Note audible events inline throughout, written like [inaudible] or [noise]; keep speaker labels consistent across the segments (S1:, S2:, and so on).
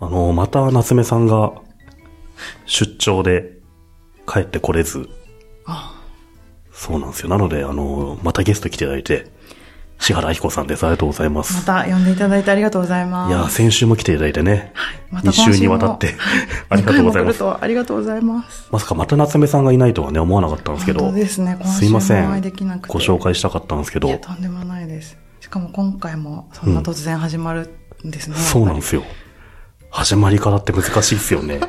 S1: あの、また夏目さんが出張で帰ってこれず。そうなんですよ。なので、あの、またゲスト来ていただいて、志原彦さんです。ありがとうございま。
S2: ますた呼んでいただいてありがとうございます。
S1: いや、先週も来ていただいてね。
S2: また
S1: 2
S2: 今も
S1: 週にわたって、あり
S2: 二
S1: がと
S2: 回
S1: うご
S2: も
S1: ざ
S2: 来
S1: いま
S2: る
S1: す。
S2: とはありがとうございます。
S1: まさかまた夏目さんがいないとはね、思わなかったんですけど。
S2: 本当ですね今週も
S1: すいません。
S2: お会いできなくて
S1: ご紹介したかったんですけ
S2: いや、
S1: ど。
S2: とんでもないです。しかも今回もそんな突然始まるんですね。
S1: そうなんで
S2: やっ
S1: すよ。始まりからって難しいですよ
S2: [laughs]
S1: ね。
S2: ぱ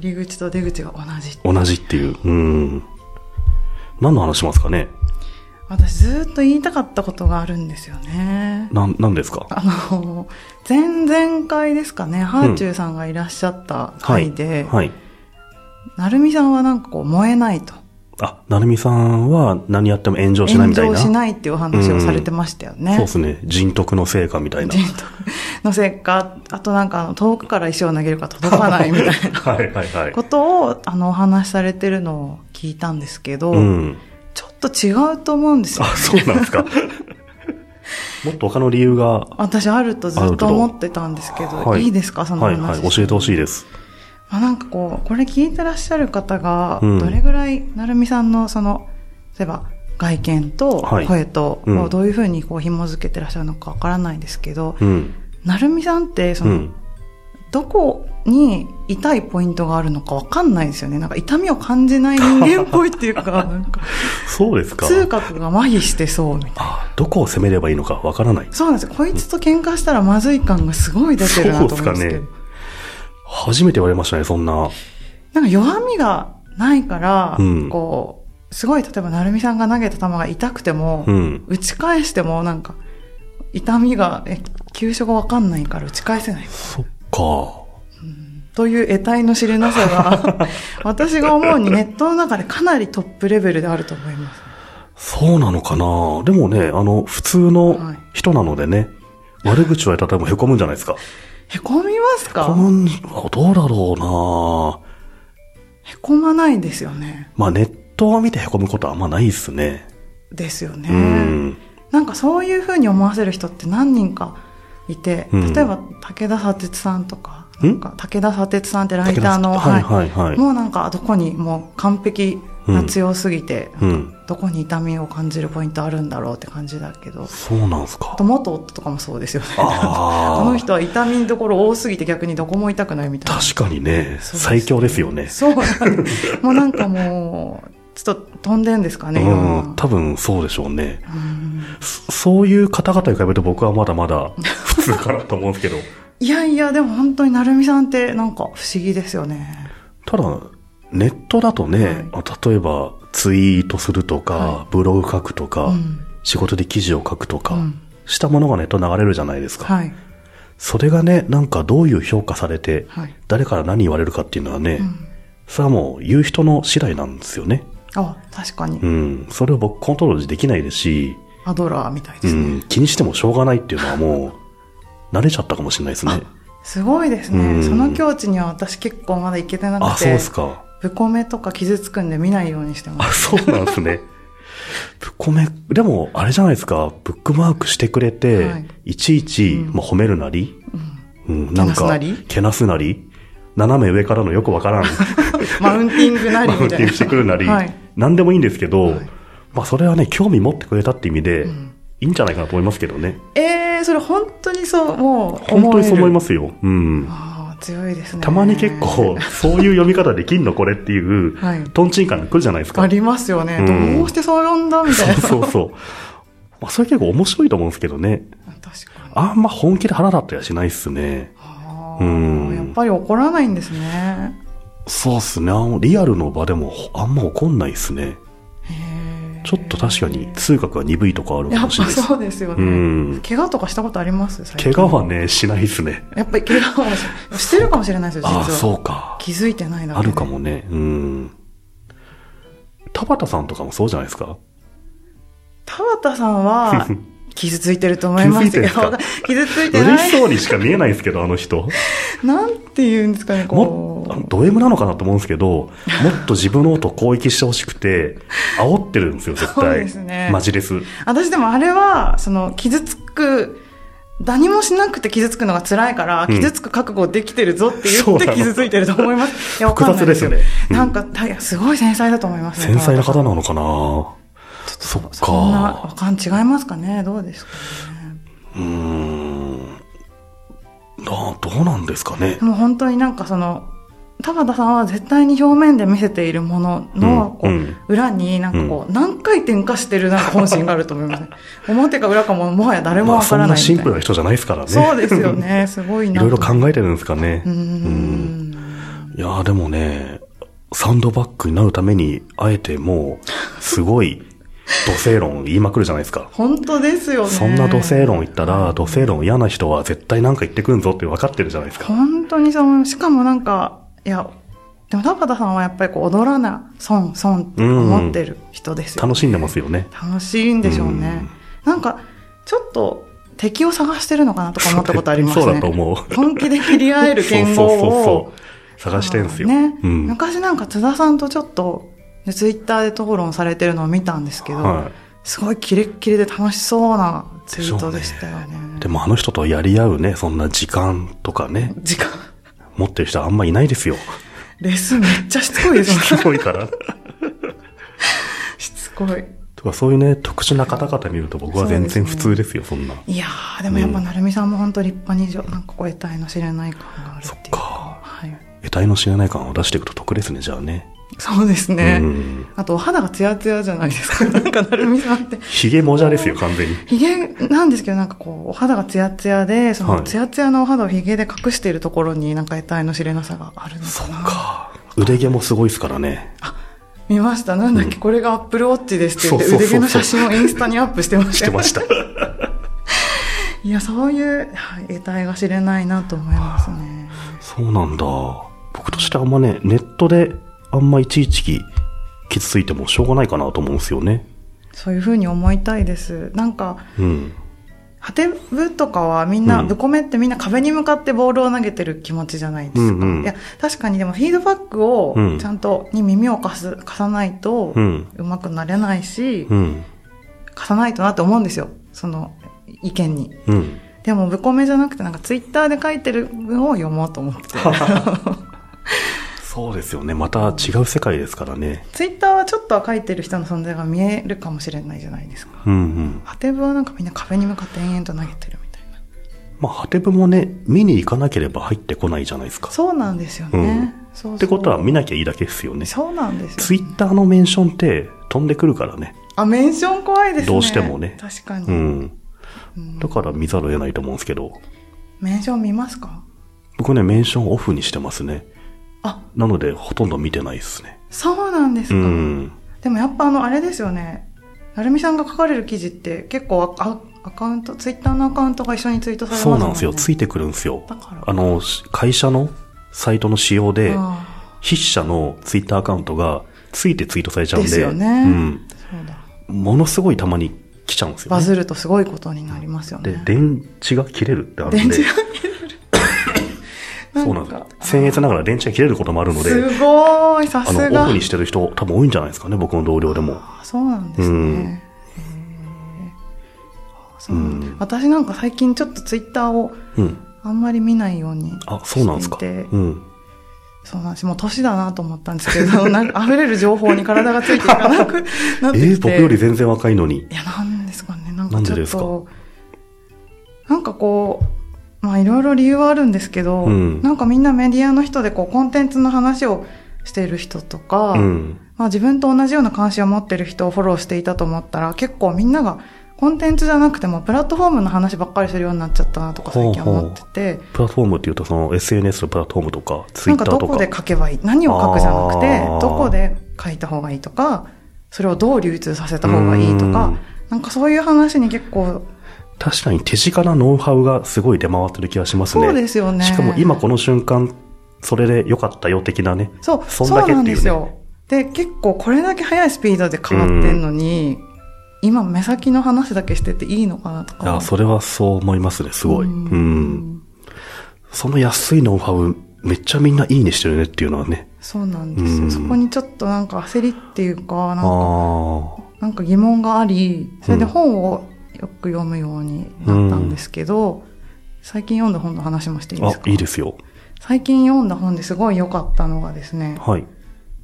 S2: り入り口と出口が同じ。
S1: 同じっていう。うん。何の話しますかね
S2: 私ずっと言いたかったことがあるんですよね。
S1: なん、何ですか
S2: あの、前々回ですかね、ハーチューさんがいらっしゃった回で、
S1: はい。
S2: なるみさんはなんかこう燃えないと。
S1: あ、なるみさんは何やっても炎上しない
S2: 炎
S1: みたい
S2: 上
S1: な。
S2: しないっていうお話をされてましたよね。
S1: そうですね。人徳の成果みたいな。
S2: 人徳のせいか、あとなんかあの遠くから石を投げるか届かないみたいな
S1: はいはいはい。
S2: ことをあのお話しされてるのを聞いたんですけど、
S1: うん。
S2: ちょっと違うと思うんですよ
S1: あ、。そうなんですか。もっと他の理由が、
S2: [laughs] 私あるとずっと思ってたんですけど、、
S1: はい
S2: いですかその話。
S1: はいはい。教えてほしいです。
S2: まあ、なんかこう、これ聞いてらっしゃる方が、
S1: うん
S2: どれぐらい、なるみさんのその、例えば、外見と
S1: はい
S2: 声と、
S1: うん
S2: こうどういうふうにこう紐づけてらっしゃるのかわからないですけど、
S1: うん。
S2: なるみさんって、そうの、
S1: ん。
S2: どこに痛いポイントがあるのかわかんないですよね。なんか痛みを感じない人間っぽいっ
S1: [laughs]
S2: ていうか、なんか、
S1: そうですか。
S2: 痛覚が麻痺してそうみたいな。
S1: あ、どこを攻めればいいのかわからない。
S2: そうなんですよ。こいつと喧嘩したらまずい感がすごい出てるなと思うんですけ
S1: そう
S2: ど。
S1: っすか初めて言われましたね、そんな。
S2: なんか弱みがないから、
S1: うん
S2: こう、すごい、例えば、成美さんが投げた球が痛くても、
S1: うん。
S2: 打ち返しても、なんか、痛みが、え、急所がわかんないから打ち返せない。
S1: そっか。
S2: という得体の知れなさが、 [laughs] 私が思うにネットの中でかなりトップレベルであると思います。
S1: そうなのかなでもね、あの、普通の人なのでね、悪口を言われたら多分凹むんじゃないですか。
S2: へこみますか
S1: こんどうだろうな
S2: へこまないですよね。
S1: まあネットを見て凹むことはあんまないっすね。
S2: ですよね。
S1: うん。
S2: なんかそういうふうに思わせる人って何人かいて、
S1: うん
S2: 例えば武田砂鉄さんとか、
S1: ん
S2: なんか武田砂鉄さんってライターの、
S1: 武田さんはいはいはい
S2: もうなんかどこにもう完璧が強すぎて、
S1: うん
S2: なんかどこに痛みを感じるポイントあるんだろうって感じだけど、
S1: そうなんすか
S2: あと。元夫とかもそうですよね。
S1: あ
S2: こ
S1: ー
S2: [laughs] の人は痛みのところ多すぎて逆にどこも痛くないみたいな。
S1: 確かにね、
S2: そう
S1: 最強ですよね。
S2: そうなんです。もうなんかもう、ちょっと飛んでんですか
S1: う、
S2: ね、いろんなん
S1: 多分そうでしょうね。
S2: うん
S1: そそういう方々に比べると僕はまだま
S2: [laughs]
S1: だ普通かなと思うんですけど。
S2: いやいや、でも本当に成美さんってなんか不思議ですよね。
S1: ただ、ネットだとね、例えばツイートするとか、ブログ書くとか、
S2: うん
S1: 仕事で記事を書くとか、
S2: うん
S1: したものがネットに流れるじゃないですか。
S2: はい。
S1: それがね、なんかどういう評価されて、
S2: はい
S1: 誰から何言われるかっていうのはね、それはもう言う人の次第なんですよね。
S2: あ、確かに
S1: う。ん。それを僕コントロールできないですし、
S2: アドラーみたいで
S1: う
S2: すね。
S1: ん、気にしてもしょうがないっていうのはもう、慣れちゃったかもしれないですね。
S2: すごいです
S1: う
S2: ね。
S1: ん
S2: その境地には私結構まだ行けてな
S1: あ、
S2: く
S1: そう
S2: て
S1: で、すか。
S2: ぶこめとか傷つくんで見ないようにしてま
S1: あ、 [laughs]
S2: す。
S1: そうなんです
S2: [laughs]
S1: ね。ぶっこめ、でも、あれじゃないですか、ブックマークしてくれて、
S2: はい
S1: い、ちいち、まあ、褒めるなり、うん、なん
S2: けなすな
S1: か
S2: り、
S1: けなすなり、斜め上からのよくわからん、
S2: マウンティングなり
S1: マウ
S2: み
S1: ン
S2: た
S1: ティン
S2: いな。
S1: グしてくるなり、
S2: はい。
S1: 何でもいいんですけど、
S2: はい
S1: まあ、それはね、興味持ってくれたって意味で、いいんじゃないかなと思いますけどね。
S2: えー、それ本当にそう、もう思える。
S1: 本当にそう思いますよ。うん。
S2: あー強いですね。
S1: たまに結構、そういう読み方できんのこれっていう、
S2: はい
S1: トンチンカンが来るじゃないですか
S2: [laughs] あ。りますよね。
S1: うん
S2: どうしてそう呼んだみたいな。
S1: そうそうそう。まあ、それ結構面白いと思うんですけどね。
S2: 確かに。
S1: あんま本気で腹立ったりはしないっすね。
S2: あ
S1: うん
S2: ーやっぱり怒らないんですね。
S1: そうっすね。あのリアルの場でもあんま怒んないっすね。
S2: へー
S1: ちょっと確かに通学が鈍いとかあるか
S2: やっ
S1: も
S2: ぱ
S1: しれないです。
S2: そうですよね。
S1: うん
S2: 怪我とかしたことあります最
S1: 怪
S2: 近
S1: 我はね、しないっすね。
S2: やっぱり怪我をししてるかもしれないですよ、実
S1: ああ、
S2: は。
S1: そうか。
S2: 気づいてないだけで
S1: あるか。もね。うん。田畑さんとかもそうじゃないですか。
S2: 田畑さん [laughs] は、傷ついてると思います
S1: 気づいてるん
S2: よ
S1: ですか。
S2: 傷ついて
S1: 嬉
S2: な
S1: し
S2: い。
S1: そうにしか見えないんですけど、あの人。
S2: なんて言うんですかね、こ
S1: も
S2: う。
S1: あのド M なのかなと思うんですけ
S2: [laughs]
S1: ど、もっと自分の音を攻撃してほしくて、煽ってるんですよ、絶対。
S2: そうですね
S1: マジレス。
S2: 私でもあれは、その、傷つく何もしなくて傷つくのが辛いから、
S1: うん
S2: 傷つく覚悟できてるぞって
S1: そ
S2: 言
S1: う
S2: っ
S1: な
S2: て
S1: の
S2: 傷ついてると思います。いや、わかんない
S1: 複雑ですよねうん
S2: なんか、いやすごい繊細だと思いますね。
S1: 繊細な方な
S2: の
S1: のかなそっ
S2: そんな、わ
S1: か。
S2: かん、違いますかねどうですかね。
S1: うーん。などうなんですかね
S2: で。も本当になんかその、田畑さんは絶対に表面で見せているものの、こ
S1: う
S2: うん
S1: うん
S2: 裏になんかこう、何回転かしてるなんか本心があると思いますね。
S1: [laughs]
S2: 表か裏かももはや誰も
S1: まあ、
S2: わか
S1: そん
S2: ら
S1: な
S2: な
S1: い
S2: み
S1: シ
S2: たい
S1: ン
S2: な。
S1: プルな人じゃないですからね。
S2: そうですよね。すごい
S1: [laughs] い
S2: な。
S1: ろいろ考えてるんですかね。
S2: うー
S1: うん
S2: ん。
S1: いやーでもね、サンドバッグになるために、あえてもう、すごい、土星論言いまくるじゃないですか。
S2: 本当ですよね。
S1: そんな土星論言ったら、土星論嫌な人は絶対なんか言ってくんぞって分かってるじゃないですか。
S2: 本当にそう、しかもなんか、いや、でも田畑さんはやっぱりこう踊らな、損、損って思ってる人ですよ、ね
S1: 楽しんでますよね。
S2: 楽しいんでしょうね。なんか、ちょっと敵を探してるのかなとか思ったことありますね。
S1: そうだと思う
S2: 本気で切り合える
S1: そう
S2: 剣
S1: そ
S2: 豪
S1: う
S2: を。
S1: そうそう。探してんすよ。
S2: ね、
S1: うん。
S2: 昔なんか津田さんとちょっと、ツイッターで討論されてるのを見たんですけど、
S1: は
S2: すごいキレッキレで楽しそうなツイートでしたよね。
S1: い。でもあの人とやり合うね、そんな時間とかね、
S2: 時間、
S1: 持ってる人あんまいないですよ。
S2: レッスンめっちゃしつこいで
S1: [laughs]
S2: すよね。
S1: すごいから。
S2: しつこい。
S1: とかそういうね、特殊な方々見ると僕は全然普通ですよ、そんな。
S2: いやー、でもやっぱなるみさんも本当立派に上、なんかこう得体の知れない感があるっていう。
S1: か。
S2: はい。
S1: 得体の知らない感を出していくと得ですね、じゃあね。
S2: そうですね。
S1: うん
S2: あと、お肌がツヤツヤじゃないです
S1: [laughs]
S2: か。なんか、なるみさんって。
S1: ヒゲもじゃですよ、完全に。
S2: ヒゲなんですけど、なんかこう、お肌がツヤツヤで、そ
S1: は
S2: の
S1: い
S2: ツヤツヤのお肌をヒゲで隠しているところに、なんか得体の知れなさがあるのかな。そうか。
S1: あ腕毛もすごいですからね。
S2: 見ました。なんだっけ、これがアップルウォッチですって言って、
S1: そうそうそう
S2: 腕毛の写真をインスタにアップしてまし
S1: したて
S2: よ。
S1: ま
S2: [laughs]
S1: した。
S2: いや、そういう、はい得体が知れないなと思いますね。
S1: そうなんだ。僕としてはあんまね、ネットであんまいちいち傷ついてもしょうがないかなと思うんですよね。
S2: そういうふうに思いたいです。なんか、
S1: うん。
S2: ハテブとかはみんな、
S1: うん
S2: ブコメってみんな壁に向かってボールを投げてる気持ちじゃないですか。
S1: うんうん
S2: いや、確かにでもフィードバックを
S1: うん
S2: ちゃんとに耳を貸す、貸さないと
S1: う、ん。
S2: うまくなれないし、
S1: うん。
S2: 貸さないとなって思うんですよ。その意見に。
S1: うん。
S2: でもブコメじゃなくてなんかツイッターで書いてる文を読もう
S1: [laughs]
S2: と思って。
S1: そうですよね。また違う世界ですからね。
S2: ツイッターはちょっとは書いてる人の存在が見えるかもしれないじゃないですか。
S1: うんうん。
S2: ハテブはなんかみんな壁に向かって延々と投げてるみたいな。
S1: まあ、ハテブもね、見に行かなければ入ってこないじゃないですか。
S2: そうなんですよね。
S1: うん
S2: そうそう
S1: ってことは見なきゃいいだけですよね。
S2: そうなんですよ、ね。
S1: ツイッターのメンションって飛んでくるからね。
S2: あ、メンション怖いですね。
S1: どうしてもね
S2: 確かに。
S1: うん。
S2: うん
S1: だから見ざるを得ないと思うんですけど、
S2: メンション見ますか
S1: 僕ね、メンションオフにしてますね。
S2: あ、
S1: なので、ほとんど見てないですね。
S2: そうなんです
S1: う
S2: か。
S1: ん。
S2: でもやっぱあの、あれですよね。なるみさんが書かれる記事って結構ああアカウント、ツイッターのアカウントが一緒にツイートされます
S1: そ
S2: も
S1: う
S2: ね
S1: なんですよ。ついてくるんですよ
S2: だから。
S1: あの、し会社のサイトの仕様で、
S2: あ
S1: 筆者のツイッターアカウントがついてツイートされちゃ
S2: ー
S1: うん
S2: で
S1: で、
S2: すよね。
S1: うん。
S2: そうだ。
S1: ものすごいたまに来ちゃうんですよ、ね。
S2: バズるとすごいことになりますよね。
S1: で、電池が切れるってあるんで。
S2: 電池
S1: [laughs] そうなん
S2: か
S1: ですよ。僭越ながら電池が切れることもあるので、
S2: すごい、さ
S1: あ
S2: す
S1: の、
S2: が。
S1: オフにしてる人多分多いんじゃないですかね、僕の同僚でも。
S2: あそうなんですね。へーあそうなんだ
S1: うん
S2: 私なんか最近ちょっとツイッターを
S1: うん。
S2: あんまり見ないように
S1: あ、そうなんですか。
S2: し
S1: う
S2: ていて
S1: ん。
S2: そうなんです。もう年だなと思ったんですけど、 [laughs] なんか溢れる情報に体がついていか
S1: [laughs]
S2: なくなっ
S1: え
S2: て
S1: ー
S2: きて。
S1: 僕より全然若いのに。
S2: いや、なんですかね。なん
S1: な
S2: か
S1: んで
S2: ちょ
S1: で
S2: っ
S1: すか
S2: と、なんかこう、まあいろいろ理由はあるんですけど、
S1: うん
S2: なんかみんなメディアの人でこうコンテンツの話をしている人とか、
S1: うん。
S2: まあ自分と同じような関心を持ってる人をフォローしていたと思ったら、結構みんながコンテンツじゃなくてもプラットフォームの話ばっかりするようになっちゃったなとか最近思ってて、
S1: プラットフォームっていうと、その SNS のプラットフォームとか、ツイ
S2: な
S1: ッ
S2: ん
S1: タ
S2: か
S1: ー
S2: ど
S1: と
S2: こ
S1: か。
S2: で書けばいい何を書くじゃなくて
S1: あー
S2: どこで書いた方がいいとかそれをどう流通させた方がいいと
S1: う
S2: か
S1: ん
S2: なんかそういう話に結構
S1: 確かに手近なノウハウがすごい出回ってる気がしますね。
S2: そうですよね
S1: しかも今この瞬間、それで良かったよ的なね。
S2: そう
S1: そ
S2: そ
S1: ん
S2: う
S1: だけっていうね
S2: なんですよで結構これだけ速いスピードで変わってんのに今目先の話だけしてていいのかなと
S1: い
S2: か
S1: や、それはそう思いますね、すごい。うん,、
S2: うん
S1: その安いノウハウ、めっちゃみんないいねしてるねっていうのはね。
S2: そうなんです
S1: う
S2: よ
S1: ん
S2: そこにちょっとなんか焦りっていうかな
S1: あ
S2: んか
S1: あ。
S2: なんか疑問がありそれで本をよく読むようになったんですけど、最近読んだ本の話もしていいです
S1: あ、
S2: か
S1: いいですよ。
S2: 最近読んだ本ですごい良かったのがですね、
S1: はい。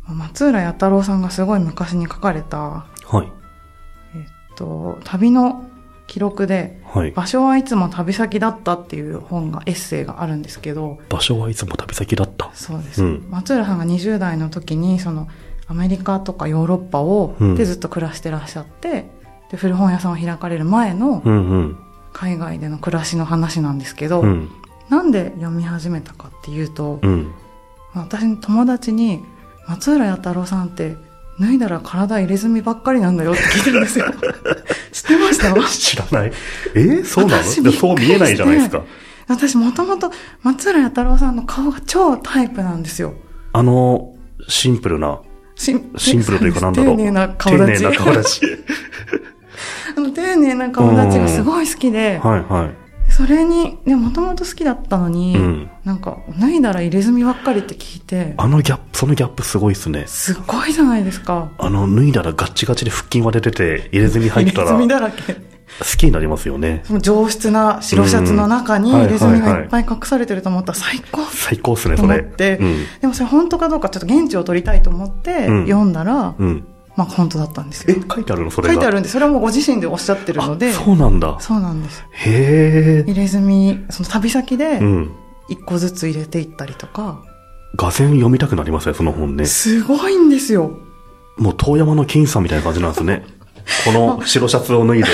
S2: 松浦弥太郎さんがすごい昔に書かれた、
S1: はい。
S2: えっと、旅の記録で、
S1: はい。
S2: 場所はいつも旅先だったっていう本が、エッセイがあるんですけど、
S1: 場所はいつも旅先だった。
S2: そうです。
S1: うん
S2: 松浦さんが20代の時に、その、アメリカとかヨーロッパを、
S1: うん
S2: でずっと暮らしてらっしゃって、で、古本屋さんを開かれる前の
S1: うんうん。
S2: 海外での暮らしの話なんですけど、
S1: うん。
S2: なんで読み始めたかっていうと、
S1: うん。
S2: まあ私の友達に、松浦弥太郎さんって、脱いだら体入れ墨ばっかりなんだよって聞いたんで
S1: [laughs]
S2: すよ。知ってまし
S1: 知
S2: た
S1: らない。えーそうなの
S2: 私
S1: いやそう見えないじゃないです
S2: び
S1: か
S2: っ。私もともと松浦弥太郎さんの顔が超タイプなんですよ。
S1: あの、シンプルな、
S2: シ
S1: シンプルというかなんだろう。
S2: 丁寧な顔立ち。
S1: 丁寧な顔立ち。
S2: [laughs] あの丁寧な顔立ちがすごい好きで、
S1: はいはい。
S2: それに、ね、もともと好きだったのに、
S1: うん
S2: なんか、脱いだら入れ墨ばっかりって聞いて、
S1: あのギャップ、そのギャップすごいっすね。
S2: すごいじゃないですか。
S1: あの、脱いだらガッチガチで腹筋割れてて、入れ墨入
S2: 入
S1: っ
S2: れ
S1: たら、
S2: 墨
S1: 好
S2: だらけ。
S1: きになりますよね。
S2: その上質な白シャツの中に
S1: うん
S2: 入れ墨がいっぱい隠されてると思ったら最高
S1: 最高っすね、
S2: と
S1: そ
S2: 思
S1: れ。
S2: って、
S1: うん。
S2: でもそれ本当かどうかちょっと現地を取りたいと思って
S1: うん
S2: 読んだら、
S1: うん。
S2: まあ本当だったんです
S1: え、
S2: よ。
S1: 書いてあるのそれが。
S2: 書いてあるんで、それはもうご自身でおっしゃってるので、
S1: あ
S2: そ
S1: そうなんだ。
S2: うなんです。
S1: へえ。
S2: 入れ墨、その旅先で
S1: うん。
S2: 一個ずつ入れていったりとか、
S1: 画線読みたくなりますね、その本ね。
S2: すごいんですよ。
S1: もう遠山の金さんみたいな感じなんです
S2: [laughs]
S1: ね。この白シャツを脱いで、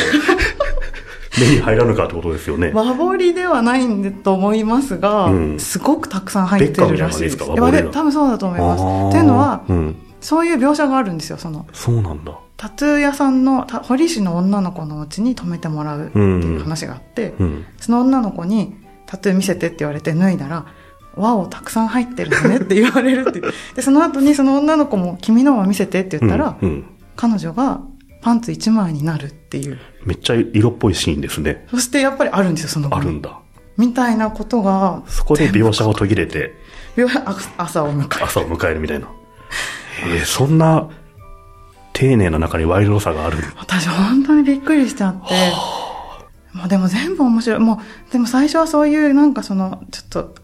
S1: 目に入らぬかってことですよね。
S2: 和彫りではないんでと思いますが、
S1: うん
S2: すごくたくさん入ってるらしいです。
S1: ベッカムじゃないですか和
S2: いや
S1: 彫りは
S2: で多分そうだと思います。
S1: あー
S2: っていうのは、
S1: うん。
S2: そういう描写があるんですよ、その。
S1: そうなんだ。
S2: タトゥー屋さんのた堀市の女の子のうちに泊めてもらうっていう話があって、
S1: うん。
S2: その女の子にタトゥー見せてって言われて脱いだら和をたくさん入ってるのねって言われるっていうでその後にその女の子も「君のを見せて」って言ったら、
S1: うんうん。
S2: 彼女がパンツ一枚になるっていう
S1: めっちゃ色っぽいシーンですね。
S2: そしてやっぱりあるんですよその後
S1: あ
S2: に
S1: るんだ。
S2: みたいなことが
S1: そこで描写を途切れて、
S2: 秒あ朝を迎え
S1: 朝を迎えるみたいな。えー、そんな、丁寧な中にワイルドさがある。
S2: 私本当にびっくりしちゃって。まあでも全部面白い。もう、でも最初はそういうなんかその、ちょっと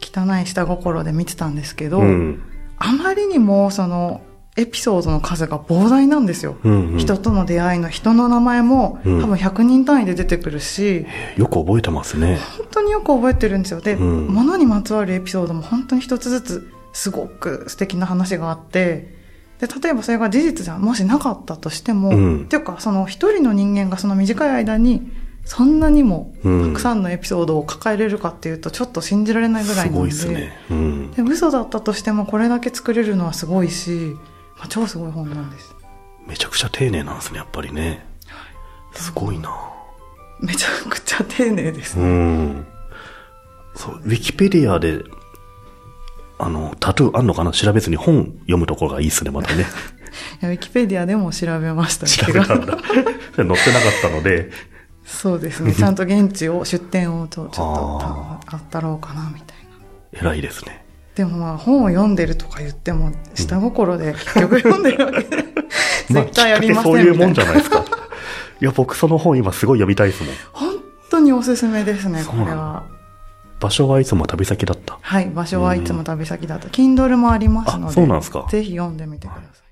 S2: 汚い下心で見てたんですけど、
S1: うん。
S2: あまりにもその、エピソードの数が膨大なんですよ。
S1: うん、うん。
S2: 人との出会いの人の名前も、
S1: うん
S2: 多分100人単位で出てくるし、
S1: よく覚えてますね。
S2: 本当によく覚えてるんですよ。で、
S1: うん
S2: 物にまつわるエピソードも本当に一つずつすごく素敵な話があって、で、例えばそれが事実じゃもしなかったとしても、
S1: うん
S2: っていうかその一人の人間がその短い間にそんなにも
S1: うん
S2: たくさんのエピソードを抱えれるかっていうとちょっと信じられないぐら
S1: す
S2: いなの
S1: ごい
S2: で、
S1: ですね。うん。
S2: で嘘だったとしてもこれだけ作れるのはすごいし、まあ、超すごい本なんです。
S1: めちゃくちゃ丁寧なんですね、やっぱりね。すごいな。
S2: めちゃくちゃ丁寧です。
S1: うん。そう、ウィキペディアで、あの、タトゥーあんのかな調べずに本読むところがいいっすね、また
S2: [laughs]
S1: ね。
S2: いやウィキペディアでも調べました
S1: 調
S2: け
S1: べ
S2: ど
S1: たんだ。それ載ってなかったので、
S2: そうですね。ちゃんと現地を、出店をちょちょっと
S1: あ
S2: たあったろうかな、みたいな。
S1: 偉いですね。
S2: でもまあ、本を読んでるとか言っても、下
S1: [laughs]
S2: 心で結局読んでるわけで、絶対やりませ
S1: きっかけそ
S2: ん
S1: ういうもん
S2: み
S1: じ
S2: た
S1: ゃ
S2: い
S1: な
S2: な
S1: いですか。いや、僕その本今すごい読みたいですもん。
S2: 本当におすすめですね、
S1: そ
S2: こ
S1: うなの
S2: れは。
S1: 場所はいつも旅先だった。
S2: はい、場所はいつも旅先だと。Kindle もありますの
S1: あ
S2: で、
S1: そうなんですか
S2: ぜひ読んでみてください。